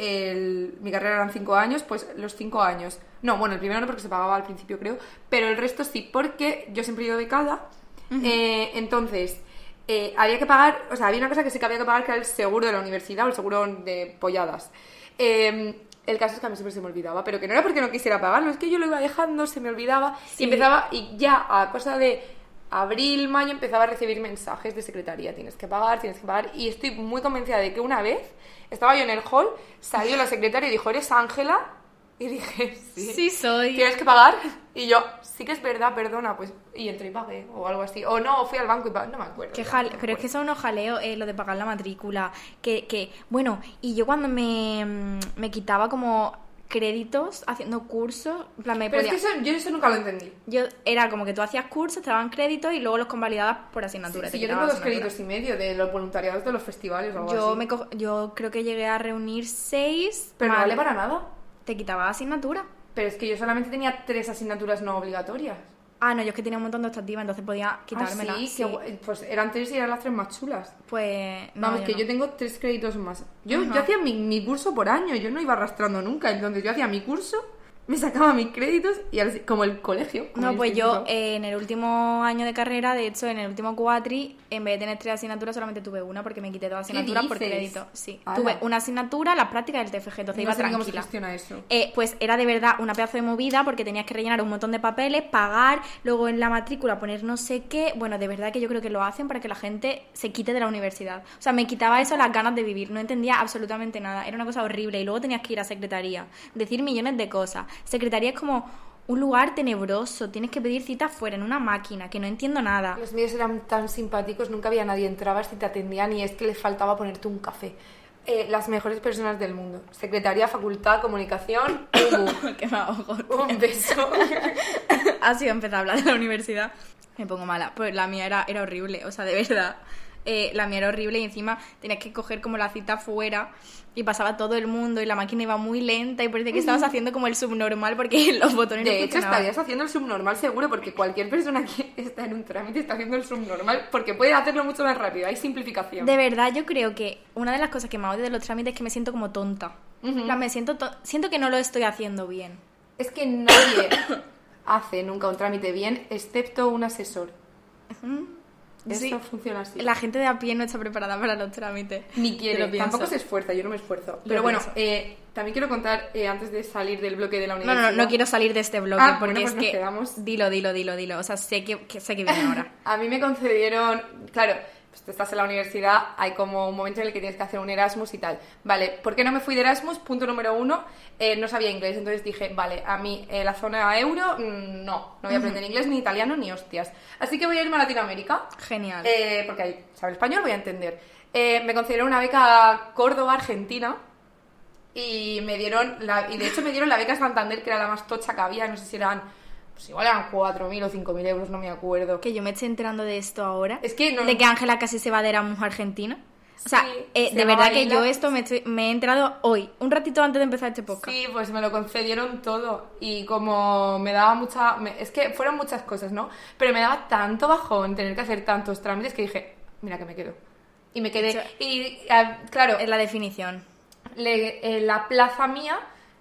el- mi carrera eran cinco años, pues los cinco años. No, bueno, el primero no porque se pagaba al principio creo, pero el resto sí, porque yo siempre he ido becada. Eh, entonces, eh, había que pagar, o sea, había una cosa que sí que había que pagar que era el seguro de la universidad o el seguro de polladas. Eh, el caso es que a mí siempre se me olvidaba, pero que no era porque no quisiera pagarlo, es que yo lo iba dejando, se me olvidaba Sí. y empezaba, Ah, y ya a cosa de abril, mayo empezaba a recibir mensajes de secretaría, tienes que pagar, tienes que pagar, y estoy muy convencida de que una vez estaba yo en el hall, salió la secretaria y dijo, ¿eres Ángela? Y dije, sí. Sí, soy. ¿Tienes que pagar? Y yo, sí que es verdad, perdona, pues, y entré y pagué, o algo así. O no, fui al banco y pagué, no me acuerdo. Qué ya, jale- no me pero es que acuerdo. son unos jaleos eh, lo de pagar la matrícula. Que, que, bueno, y yo cuando me, mm, me quitaba como créditos haciendo cursos, en plan, me Pero es podía- que eso- yo eso nunca lo entendí. yo era como que tú hacías cursos, te daban créditos y luego los convalidabas por asignatura. Sí, te yo tengo quitaban dos asignatura. créditos y medio de los voluntariados de los festivales o algo Yo, así. me co- yo creo que llegué a reunir seis. Pero no más- vale para nada. Te quitaba asignatura. Pero es que yo solamente tenía tres asignaturas no obligatorias. Ah, no, yo es que tenía un montón de optativas, entonces podía quitármela. Ah, sí, sí. qué guay. Pues eran tres y eran las tres más chulas. Pues no, Vamos, que no. yo tengo tres créditos más. Yo, yo Ajá. hacía mi, mi curso por año, yo no iba arrastrando nunca. Entonces yo hacía mi curso, me sacaba mis créditos y al- como el colegio. como No, el pues yo instituto. eh, en el último año de carrera, de hecho, en el último cuatri, en vez de tener tres asignaturas, solamente tuve una porque me quité todas las ¿Qué asignaturas por dices? crédito. Sí, Ala. tuve una asignatura, las prácticas del TFG, entonces no iba sé ni cómo se tranquila. gestiona eso. Eh, pues era de verdad una pedazo de movida porque tenías que rellenar un montón de papeles, pagar, luego en la matrícula poner no sé qué. Bueno, de verdad que yo creo que lo hacen para que la gente se quite de la universidad. O sea, me quitaba eso las ganas de vivir. No entendía absolutamente nada. Era una cosa horrible. Y luego tenías que ir a secretaría, decir millones de cosas. Secretaría es como un lugar tenebroso. Tienes que pedir citas fuera, en una máquina, que no entiendo (laughs) nada. Los míos eran tan simpáticos, nunca había nadie, entrabas y te atendían y es que les faltaba ponerte un café. Eh, las mejores personas del mundo. Secretaría, facultad, comunicación, (coughs) Hugo. que me ahogo. (laughs) un beso. Así he empezado a hablar de la universidad. Me pongo mala. Pues la mía era, era horrible, o sea, de verdad. Eh, la mía era horrible y encima tenías que coger como la cita fuera y pasaba todo el mundo y la máquina iba muy lenta y parece que estabas haciendo como el subnormal porque (laughs) los botones no De hecho, funcionaban. estarías haciendo el subnormal seguro, porque cualquier persona que (laughs) está en un trámite está haciendo el subnormal, porque puede hacerlo mucho más rápido, hay simplificación. De verdad, yo creo que una de las cosas que más odio de los trámites es que me siento como tonta. Ujú. En plan, me siento, to- siento que no lo estoy haciendo bien. Es que nadie (coughs) hace nunca un trámite bien, excepto un asesor. Eso Sí. funciona así. La gente de a pie no está preparada para los trámites. Ni Yo quiere, lo pienso. tampoco se esfuerza, yo no me esfuerzo. Yo Pero bueno, pienso. eh, también quiero contar, eh, antes de salir del bloque de la No, no, universidad... no, no quiero salir de este bloque Ah, porque bueno, pues es nos que. quedamos. Dilo, dilo, dilo, dilo. O sea, sé que, que- sé que viene (laughs) ahora. A mí me concedieron, claro, pues tú estás en la universidad, hay como un momento en el que tienes que hacer un Erasmus y tal. Vale, ¿por qué no me fui de Erasmus? Punto número uno, eh, no sabía inglés, entonces dije, vale, a mí eh, la zona euro, mm, no, no voy a aprender inglés ni italiano ni hostias. Así que voy a irme a Latinoamérica, Genial. eh, porque ahí sabe español, voy a entender. Eh, me concedieron una beca a Córdoba, Argentina. Y me dieron, la, y de hecho me dieron la beca Santander, que era la más tocha que había, no sé si eran, pues igual eran 4.000 o 5.000 euros, no me acuerdo. que yo me estoy enterando de esto ahora. Es que no- De que Ángela casi se va de Erasmus a Argentina. O sea, Sí, eh, se de va verdad a que Isla. yo esto me, estoy- me he enterado hoy, un ratito antes de empezar este podcast. Sí, pues me lo concedieron todo y como me daba mucha... me- es que fueron muchas cosas, ¿no? Pero me daba tanto bajón tener que hacer tantos trámites que dije, mira que me quedo. Y me quedé. Yo- Y ah, claro, Es la definición. le- eh, la plaza mía,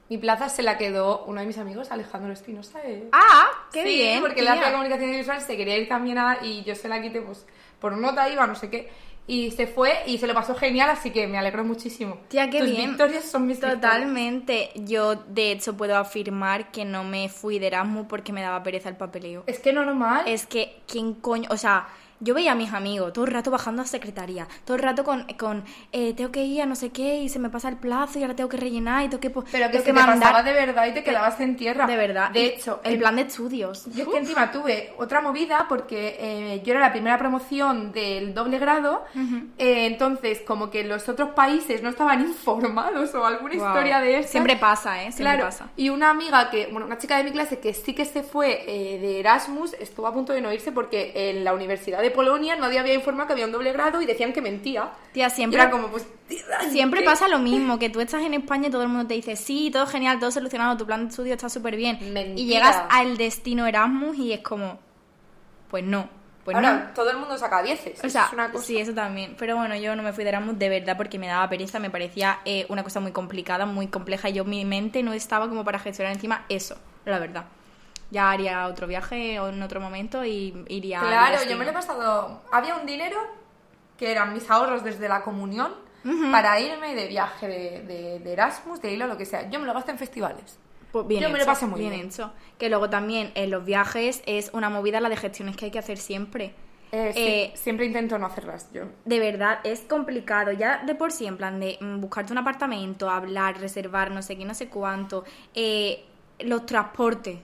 mi plaza se la quedó uno de mis amigos, Alejandro Espinosa. ¿eh? ¡Ah! ¡Qué Sí, bien! Porque tía. la de comunicación visual se quería ir también a, y yo se la quité pues por nota iba, no sé qué. Y se fue y se lo pasó genial, así que me alegro muchísimo. Tía, qué Tus bien. victorias son mis victorias. Totalmente. Yo, de hecho, puedo afirmar que no me fui de Erasmus porque me daba pereza el papeleo. Es que normal. Es que, ¿quién coño? O sea, yo veía a mis amigos todo el rato bajando a secretaría, todo el rato con, con eh, tengo que ir a no sé qué y se me pasa el plazo y ahora tengo que rellenar y tengo que, po- Pero que tengo se te pasaba de verdad y te quedabas en tierra. De verdad. De Y hecho, el en- plan de estudios. Yo es que encima tuve otra movida porque eh, yo era la primera promoción del doble grado, eh, entonces como que los otros países no estaban informados o alguna Wow. historia de eso. Siempre pasa, ¿eh? Siempre pasa. Y una amiga que, bueno, una chica de mi clase que sí que se fue eh, de Erasmus, estuvo a punto de no irse porque en la Universidad de Polonia nadie había informado que había un doble grado y decían que mentía. Tía, Y siempre, era como, pues... siempre pasa lo mismo, que tú estás en España y todo el mundo te dice, sí, todo genial, todo solucionado, tu plan de estudio está súper bien. Y Mentira. llegas al destino Erasmus y es como, pues no, pues no. Ahora, todo el mundo saca dieces. O eso sea, es una cosa. sí, eso también. Pero bueno, yo no me fui de Erasmus de verdad porque me daba pereza, me parecía eh, una cosa muy complicada, muy compleja. Y yo, mi mente no estaba como para gestionar encima eso, la verdad. Ya haría otro viaje o en otro momento y iría. al Claro, destino. yo me lo he pasado. Había un dinero que eran mis ahorros desde la comunión para irme de viaje de, de- de Erasmus, de hilo, lo que sea. Yo me lo gasto en festivales. Pues bien Yo me lo hecho, pasé muy bien. hecho. Que luego también en los viajes es una movida la de gestiones que hay que hacer siempre. Eh, sí, Eh, siempre intento no hacerlas yo. De verdad, es complicado. Ya de por sí, en plan de mm, buscarte un apartamento, hablar, reservar, no sé qué, no sé cuánto. Eh, los transportes.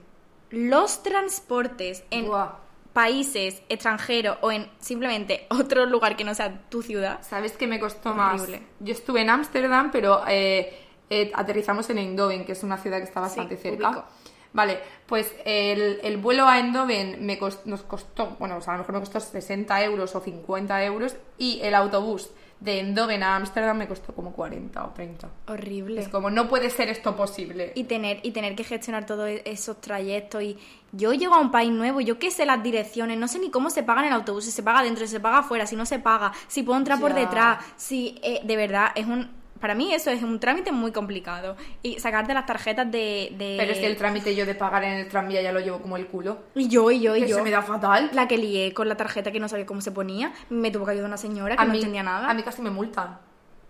Los transportes en Buah. países extranjeros o en simplemente otro lugar que no sea tu ciudad. ¿Sabes qué me costó Horrible. más? Yo estuve en Ámsterdam, pero eh, eh, aterrizamos en Eindhoven, que es una ciudad que está bastante cerca. ubico. Vale, pues el, el vuelo a Eindhoven me cos- nos costó, bueno, o sea, a lo mejor me costó 60 euros o 50 euros y el autobús de Eindhoven a Ámsterdam me costó como 40 o 30. Horrible. Es como, no puede ser esto posible. y tener y tener que gestionar todos e- esos trayectos y yo llego a un país nuevo yo qué sé las direcciones no sé ni cómo se paga en el autobús si se paga dentro si se paga afuera si no se paga si puedo entrar por Ya. detrás si eh, de verdad es un para mí eso es un trámite muy complicado y sacarte las tarjetas de, de- Pero es que el trámite yo de pagar en el tranvía ya lo llevo como el culo. y yo y yo y que yo se me da fatal. la que lié con la tarjeta que no sabía cómo se ponía me tuvo que ayudar una señora que no entendía nada a mí casi me multan.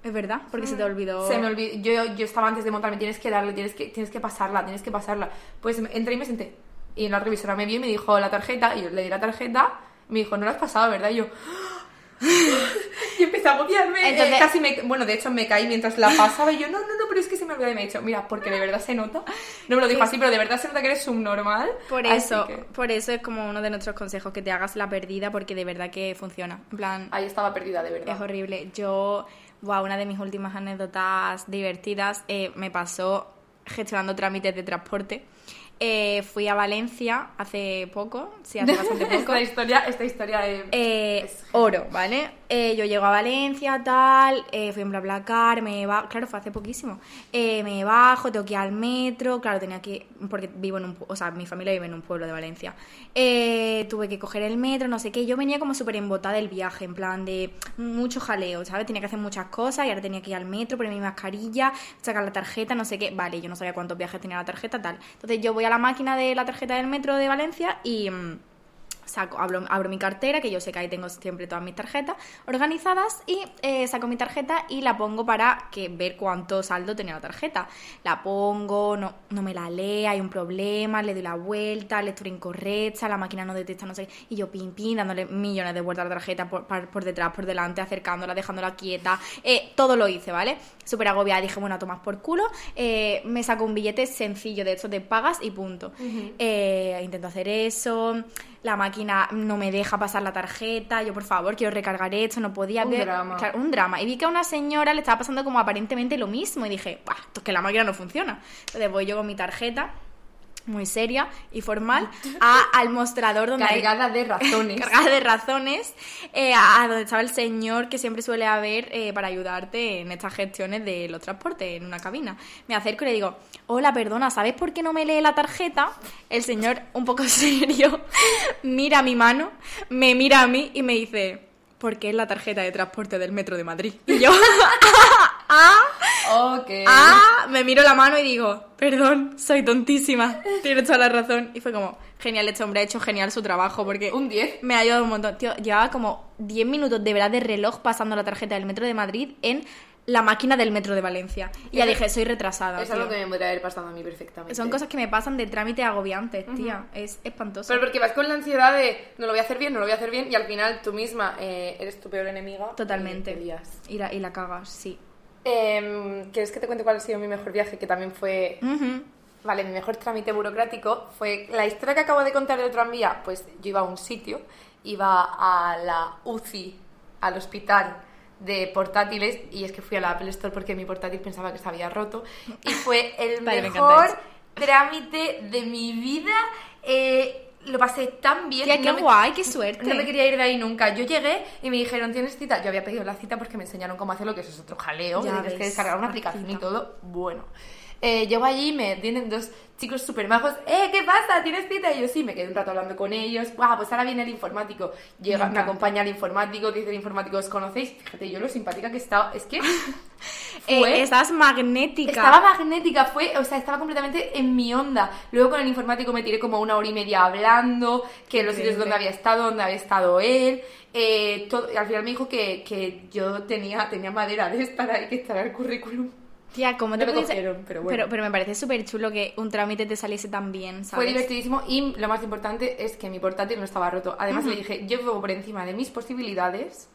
es verdad porque se te olvidó Se me olvidó. Yo, yo estaba antes de montarme, tienes que darle, tienes que, tienes que pasarla, tienes que pasarla. Pues me- entré y me senté. Y la revisora me vio y me dijo la tarjeta. Y yo le di la tarjeta. Me dijo, no la has pasado, ¿verdad? Y yo. ¡Ah! (laughs) y empecé a agobiarme. eh, Entonces- casi me, bueno, de hecho me caí mientras la pasaba. Y yo, no, no, no, pero es que se me olvidó. Y me ha dicho, mira, porque de verdad se nota. No me lo dijo así, pero de verdad se nota que eres subnormal. por Así eso, que- por eso es como uno de nuestros consejos que te hagas la perdida porque de verdad que funciona. En plan, Ahí estaba perdida, de Es verdad. horrible. Yo, wow, una de mis últimas anécdotas divertidas eh, me pasó gestionando trámites de transporte. Eh, fui a Valencia hace poco, sí, hace (laughs) bastante poco. esta historia, esta historia eh, Eh, es oro, ¿vale? Eh, yo llego a Valencia, tal, eh, fui en BlaBlaCar, me bajo, claro, fue hace poquísimo, Eh, me bajo, tengo que ir al metro, claro, tenía que, porque vivo en un, pu- o sea, mi familia vive en un pueblo de Valencia, Eh, tuve que coger el metro, no sé qué, yo venía como súper embotada del viaje, en plan de mucho jaleo, ¿sabes? Tenía que hacer muchas cosas y ahora tenía que ir al metro, poner mi mascarilla, sacar la tarjeta, no sé qué, vale, yo no sabía cuántos viajes tenía la tarjeta, tal. Entonces yo voy a la máquina de la tarjeta del metro de Valencia y... mm, saco, abro, abro mi cartera, que yo sé que ahí tengo siempre todas mis tarjetas organizadas, y eh, saco mi tarjeta y la pongo para que ver cuánto saldo tenía la tarjeta. La pongo, no, no me la lee, hay un problema, le doy la vuelta, lectura incorrecta, la máquina no detecta, no sé qué, y yo pim, pim, dándole millones de vueltas a la tarjeta por, par- por detrás, por delante, acercándola, dejándola quieta, eh, todo lo hice, ¿vale? Súper agobiada, dije, bueno, a tomar por culo, eh, me saco un billete sencillo de estos de pagas y punto. Eh, intento hacer eso, la máquina no me deja pasar la tarjeta, yo por favor quiero recargar esto, no podía Un ver... drama. Claro, un drama. Y vi que a una señora le estaba pasando como aparentemente lo mismo y dije, "Buah, esto es que la máquina no funciona. Entonces voy yo con mi tarjeta, muy seria y (laughs) formal, a- al mostrador donde hay- cargada (laughs) de razones. cargada de razones eh, a, a donde estaba el señor que siempre suele haber eh, para ayudarte en estas gestiones de los transportes en una cabina. Me acerco y le digo, hola, perdona, ¿sabes por qué no me lee la tarjeta? El señor, un poco (laughs) serio, mira mi mano, me mira a mí y me dice, porque es la tarjeta de transporte del Metro de Madrid. Y yo... ok. Ah, me miro la mano y digo, perdón, soy tontísima, tienes toda la razón. Y fue como, genial, este hombre ha hecho genial su trabajo porque Un 10. me ha ayudado un montón. Tío, llevaba como 10 minutos de verdad de reloj pasando la tarjeta del metro de Madrid en la máquina del metro de Valencia. Y ya Eso- dije, soy retrasada. Es algo tío. que me podría haber pasado a mí perfectamente. Son cosas que me pasan de trámite agobiantes, tía. Es espantoso. Pero porque vas con la ansiedad de no lo voy a hacer bien, no lo voy a hacer bien, y al final tú misma eh, eres tu peor enemiga. y Totalmente. te lías. Y la, y la cagas, sí. Em, ¿Quieres que te cuente cuál ha sido mi mejor viaje? Que también fue. Ujú. Vale, mi mejor trámite burocrático fue la historia que acabo de contar del tranvía. Pues yo iba a un sitio, iba a la UCI, al hospital de portátiles, y es que fui a la Apple Store porque mi portátil pensaba que se había roto, y fue (laughs) el Vale, me encanta mejor eso. trámite de mi vida. Eh, lo pasé tan bien. Tía, qué no me- guay, qué suerte. no me quería ir de ahí nunca. Yo llegué y me dijeron, ¿tienes cita? Yo había pedido la cita porque me enseñaron cómo hacerlo, que eso es otro jaleo. Ya que tienes ves, que descargar una la aplicación y cita. todo. Bueno. Eh, llego allí y me atienden dos chicos súper majos. ¡Eh, qué pasa! ¿Tienes cita? Y yo sí, me quedé un rato hablando con ellos. ¡Guau! Pues ahora viene el informático. Me Llega, me encanta. acompaña el informático, dice el informático, ¿os conocéis? Fíjate, yo lo simpática que estaba. Es (laughs) que. Eh, fue- estás magnética. Estaba magnética, fue, o sea, estaba completamente en mi onda. Luego con el informático me tiré como una hora y media hablando, que los sitios Increíble. donde había estado, donde había estado él. eh, todo- y al final me dijo que, que yo tenía, tenía madera de estar ahí, que estaba el currículum. Tía, ¿cómo No te me pudiese- cogieron, pero bueno. Pero, me parece súper chulo que un trámite te saliese tan bien, ¿sabes? Fue divertidísimo y lo más importante es que mi portátil no estaba roto. Además le dije, yo vivo por encima de mis posibilidades.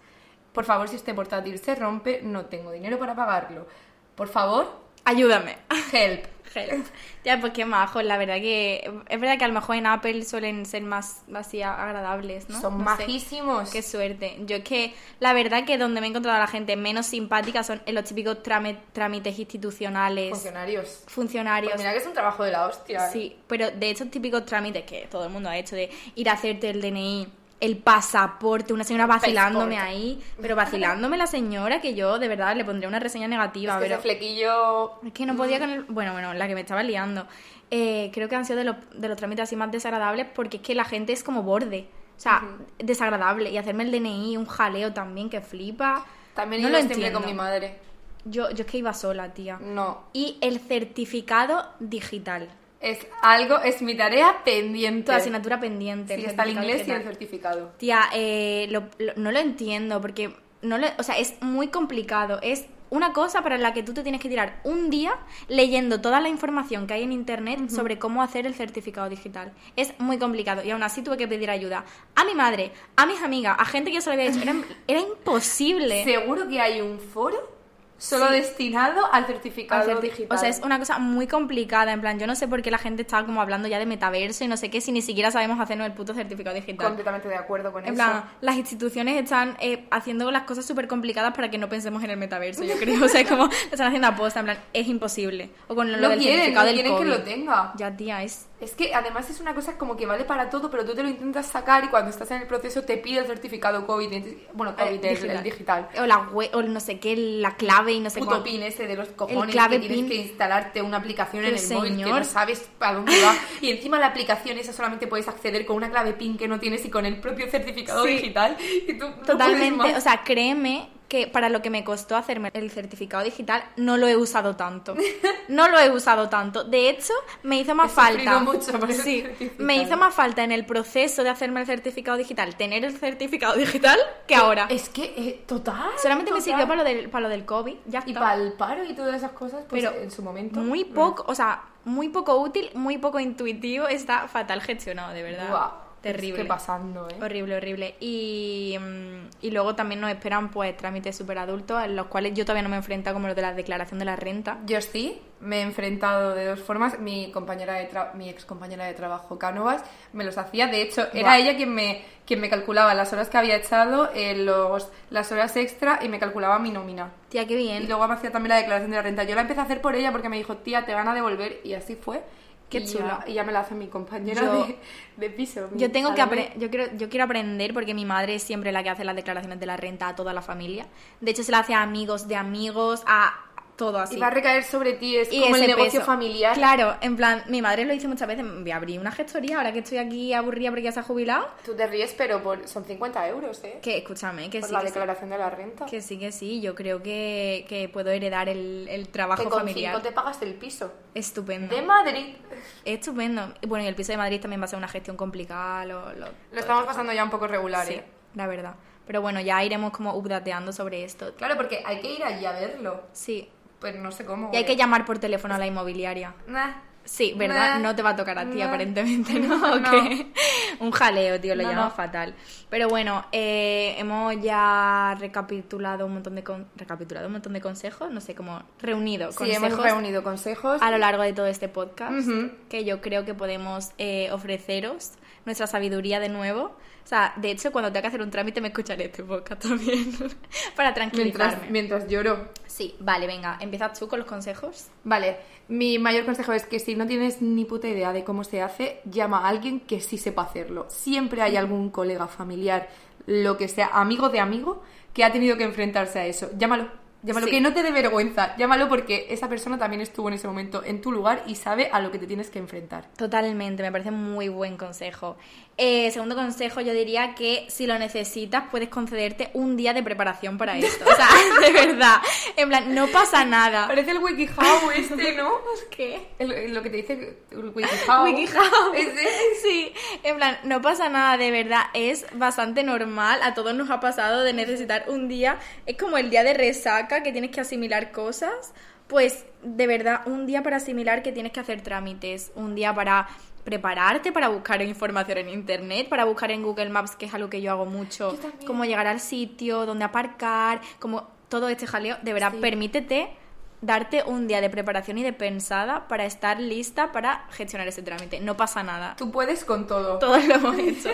Por favor, si este portátil se rompe, no tengo dinero para pagarlo. Por favor, (laughs) Ayúdame. help. Help. Ya, pues qué majo, la verdad que... Es verdad que a lo mejor en Apple suelen ser más, más así agradables, ¿no? Son No sé. majísimos. Qué suerte. Yo es que la verdad que donde me he encontrado a la gente menos simpática son en los típicos trame- trámites institucionales, funcionarios. funcionarios. Pues mira que es un trabajo de la hostia. ¿eh? Sí, pero de esos típicos trámites que todo el mundo ha hecho, de ir a hacerte el DNI, el pasaporte, una señora vacilándome Pasaporte. ahí, pero vacilándome la señora que yo de verdad le pondría una reseña Es negativa, que Mm. ese pero flequillo. es que no podía con el... Bueno, bueno, la que me estaba liando. Eh, creo que han sido de los, de los trámites así más desagradables porque es que la gente es como borde. O sea, desagradable. Y hacerme el DNI, un jaleo también que flipa. También no iba lo siempre entiendo. con mi madre. Mm. Yo, yo es que iba sola, tía. No. Y el certificado digital. Es algo, es mi tarea Tu pendiente. asignatura pendiente. Sí, está el certificado inglés y el digital. certificado. Tía, eh, lo- lo- no lo entiendo porque no lo- o sea, es muy complicado. Es una cosa para la que tú te tienes que tirar un día leyendo toda la información que hay en internet sobre cómo hacer el certificado digital. Es muy complicado y aún así tuve que pedir ayuda a mi madre, a mis amigas, a gente que yo se lo había hecho. Era, era (laughs) imposible. Seguro que hay un foro solo Sí. destinado al certificado al certi- digital. O sea, es una cosa muy complicada. En plan, yo no sé por qué la gente está como hablando ya de metaverso y no sé qué, si ni siquiera sabemos hacernos el puto certificado digital. completamente de acuerdo con En eso. plan, las instituciones están eh, haciendo las cosas súper complicadas para que no pensemos en el metaverso, yo creo. (laughs) O sea, es como lo están haciendo aposta, en plan, es imposible. O con lo, No del quieren, certificado no del quieren que COVID. lo tenga. Ya, tía, es... Es que además es una cosa como que vale para todo, pero tú te lo intentas sacar y cuando estás en el proceso te pide el certificado COVID. entonces- Bueno, eh, COVID, el- el digital. O la web, o el no sé qué, la clave y no sé puto cuál. pin ese de los cojones clave que tienes pin. que instalarte una aplicación en el Pero móvil que señor. no sabes a dónde va y encima la aplicación esa solamente puedes acceder con una clave pin que no tienes y con el propio certificado Sí. digital y tú no puedes Totalmente, más. o sea, créeme que para lo que me costó hacerme el certificado digital no lo he usado (laughs) tanto. No lo he usado tanto. De hecho, me hizo más He sufrido falta. mucho por (laughs) el sí, certificado. me hizo más falta en el proceso de hacerme el certificado digital tener el certificado digital que ahora. es que eh, total Solamente me total. sirvió para lo del, para lo del COVID, ya y está. para el paro y todas esas cosas pues Pero en su momento Mm. Muy poco, o sea, muy poco útil, muy poco intuitivo, está fatal gestionado, de verdad. Guau, Terrible. es que pasando eh Horrible, horrible. Y, mm, y luego también nos esperan pues trámites super adultos, en los cuales yo todavía no me he enfrentado como los de la declaración de la renta. Yo sí, me he enfrentado de dos formas. Mi compañera de tra- mi ex compañera de trabajo, Cánovas, me los hacía. De hecho, era Buah. ella quien me, quien me calculaba las horas que había echado, eh, los, las horas extra y me calculaba mi nómina. Tía, qué Y bien. luego me hacía también la declaración de la renta. Yo la empecé a hacer por ella porque me dijo, tía, te van a devolver. Y así fue. Qué y chulo. Ya, y ya me la hace mi compañera Yo- de, de piso. mi Yo tengo que Salomé. apre- yo quiero, yo quiero aprender porque mi madre es siempre la que hace las declaraciones de la renta a toda la familia. De hecho, se la hace a amigos de amigos, a todo así. Y va a recaer sobre ti, es Y como el ese negocio peso. familiar. Claro, en plan, mi madre lo dice muchas veces, voy a abrir una gestoría ahora que estoy aquí aburrida porque ya se ha jubilado. Tú te ríes, pero por- son 50 euros, ¿eh? Que escúchame, que por sí. la que sí. declaración de la renta. Que sí, que sí, yo creo que, que puedo heredar el, el trabajo que con familiar. Mm. cinco te pagas el piso. Estupendo. De Madrid. Estupendo. Y Bueno, y el piso de Madrid también va a ser una gestión complicada. Lo, lo- Lo estamos pasando ya un poco regular, sí, ¿eh? la verdad. Pero bueno, ya iremos como updateando sobre esto. Claro, porque hay que ir allí a verlo. Sí. Pero no sé cómo. Y hay eh. que llamar por teléfono a la inmobiliaria. Nah. Sí, ¿verdad? Nah. No te va a tocar a ti, Nah. aparentemente, ¿no? ¿O (laughs) No. qué? Un jaleo, tío, lo No, llamas no. fatal. Pero bueno, eh, hemos ya recapitulado un montón de con- recapitulado un montón de consejos, no sé, como reunido Sí, consejos hemos reunido consejos. a lo largo de todo este podcast, Ujú. que yo creo que podemos eh, ofreceros nuestra sabiduría de nuevo. O sea, de hecho, cuando tenga que hacer un trámite me escucharé este podcast también (laughs) para tranquilizarme. mientras, mientras lloro. Sí, vale, venga, empiezas tú con los consejos. Vale, mi mayor consejo es que si no tienes ni puta idea de cómo se hace, llama a alguien que sí sepa hacerlo. Siempre hay algún colega familiar, lo que sea, amigo de amigo, que ha tenido que enfrentarse a eso. Llámalo. Llámalo Sí. que no te dé vergüenza, llámalo porque esa persona también estuvo en ese momento en tu lugar y sabe a lo que te tienes que enfrentar. Totalmente, me parece muy buen consejo. Eh, segundo consejo, yo diría que si lo necesitas, puedes concederte un día de preparación para esto. O sea, (laughs) de verdad. En plan, no pasa (laughs) nada. Parece el WikiHow este, ¿no? ¿Qué? (laughs) El- lo que te dice el WikiHow. (laughs) WikiHow. Ese. Sí, en plan, no pasa nada, de verdad, es bastante normal, a todos nos ha pasado de necesitar un día, es como el día de resaca que tienes que asimilar cosas, pues de verdad, un día para asimilar que tienes que hacer trámites, un día para prepararte, para buscar información en internet, para buscar en Google Maps, que es algo que yo hago mucho, también. cómo llegar al sitio, dónde aparcar, como todo este jaleo, de verdad, Sí. permítete darte un día de preparación y de pensada para estar lista para gestionar ese trámite. No pasa nada. (laughs) Tú puedes con todo. Todos lo hemos hecho.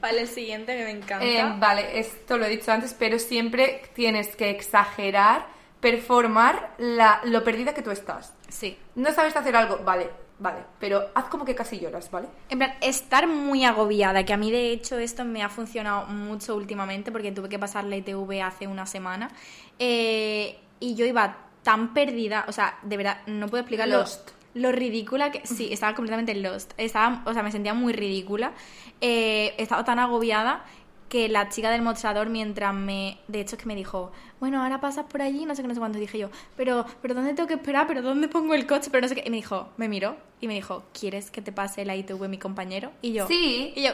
vale, el siguiente que me encanta. Eh, vale, esto lo he dicho antes, pero siempre tienes que exagerar, performar la, lo perdida que tú estás. sí. No sabes hacer algo, vale, vale, pero haz como que casi lloras, ¿vale? En plan, estar muy agobiada, que a mí de hecho esto me ha funcionado mucho últimamente porque tuve que pasar la ITV hace una semana eh, y yo iba tan perdida, o sea, de verdad, no puedo explicar lo- Lost. Lo, ridícula que... Sí, estaba completamente lost. Estaba, o sea, me sentía muy ridícula. Eh, estaba tan agobiada que la chica del mostrador mientras me... De hecho es que me dijo, bueno, ahora pasas por allí, no sé qué, no sé cuánto. Y dije yo, pero, pero ¿dónde tengo que esperar? ¿Pero dónde pongo el coche? Pero no sé qué. Y me dijo, me miró y me dijo, ¿quieres que te pase la ITV mi compañero? Y yo, Sí. Y yo,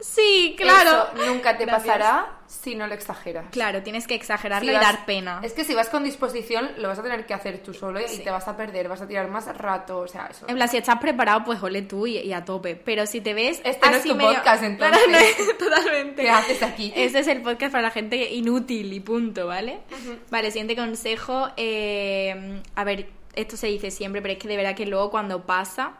sí, claro. Eso nunca te Gracias. pasará si no lo exageras. Claro, tienes que exagerarlo Si y vas- dar pena. Es que si vas con disposición, lo vas a tener que hacer tú solo y Sí. te vas a perder, vas a tirar más rato, o sea, eso. En plan, si estás preparado, pues ole tú y, y a tope. Pero si te ves. Este no es así tu podcast, entonces. (laughs) Claro, no es- totalmente. ¿Qué haces aquí? Este es el podcast para la gente inútil y punto, ¿vale? Vale, siguiente consejo. eh, a ver, esto se dice siempre, pero es que de verdad que luego cuando pasa,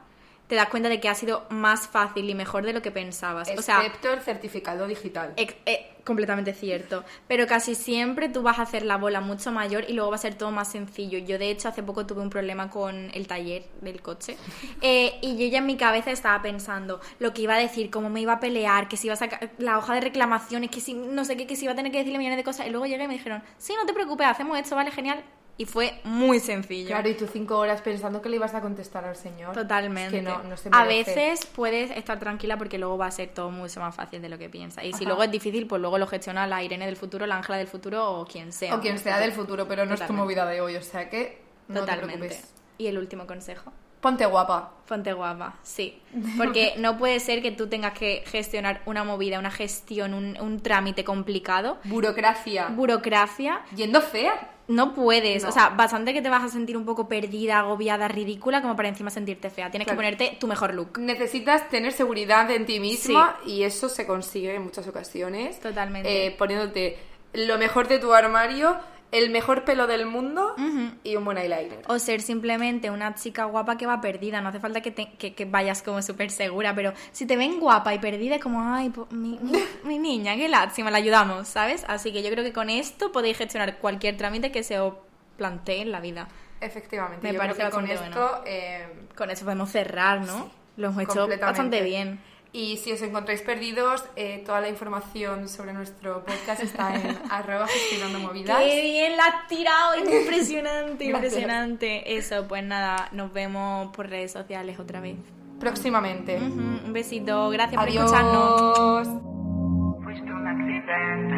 te das cuenta de que ha sido más fácil y mejor de lo que pensabas. O sea, Excepto el certificado digital. Ex- eh, completamente cierto. Pero casi siempre tú vas a hacer la bola mucho mayor y luego va a ser todo más sencillo. Yo, de hecho, hace poco tuve un problema con el taller del coche. Eh, y yo ya en mi cabeza estaba pensando lo que iba a decir, cómo me iba a pelear, que si iba a sacar la hoja de reclamaciones, que si no sé qué, que si iba a tener que decirle millones de cosas. Y luego llegué y me dijeron, sí, no te preocupes, hacemos esto, vale, genial. Y fue muy sencillo. Claro, y tú cinco horas pensando que le ibas a contestar al señor. Totalmente. Es que no, no se a merece. veces puedes estar tranquila porque luego va a ser todo mucho más fácil de lo que piensas. Y si Ajá. luego es difícil, pues luego lo gestiona la Irene del futuro, la Ángela del futuro o quien sea. O quien sea del futuro, pero no es tu Totalmente. movida de hoy, o sea que no te Totalmente. preocupes. y el último consejo. Ponte guapa. Ponte guapa, (laughs) sí. Porque no puede ser que tú tengas que gestionar una movida, una gestión, un, un trámite complicado, Burocracia. burocracia, Yendo fea. No puedes, No. o sea, bastante que te vas a sentir un poco perdida, agobiada, ridícula, como para encima sentirte fea. Tienes Claro. que ponerte tu mejor look. Necesitas tener seguridad en ti misma y eso se consigue en muchas ocasiones. Totalmente. Eh, poniéndote lo mejor de tu armario, el mejor pelo del mundo y un buen eyeliner. O ser simplemente una chica guapa que va perdida. No hace falta que, te- que, que vayas como súper segura, pero si te ven guapa y perdida es como, ay, po- mi, (laughs) mi- mi niña, qué lástima, la ayudamos, ¿sabes? Así que yo creo que con esto podéis gestionar cualquier trámite que se os plantee en la vida. Efectivamente, Me yo parece creo que con bastante esto... eh, Con eso podemos cerrar, ¿no? Lo hemos hecho Completamente. bastante bien. Y si os encontráis perdidos, eh, toda la información sobre nuestro podcast (laughs) está en arroba gestionando movidas. ¡Qué bien la has tirado! (laughs) Impresionante, Gracias. impresionante. Eso, pues nada, nos vemos por redes sociales otra vez. Próximamente. Ujú, Un besito, gracias por escucharnos. Adiós. Fuiste un accidente, eh.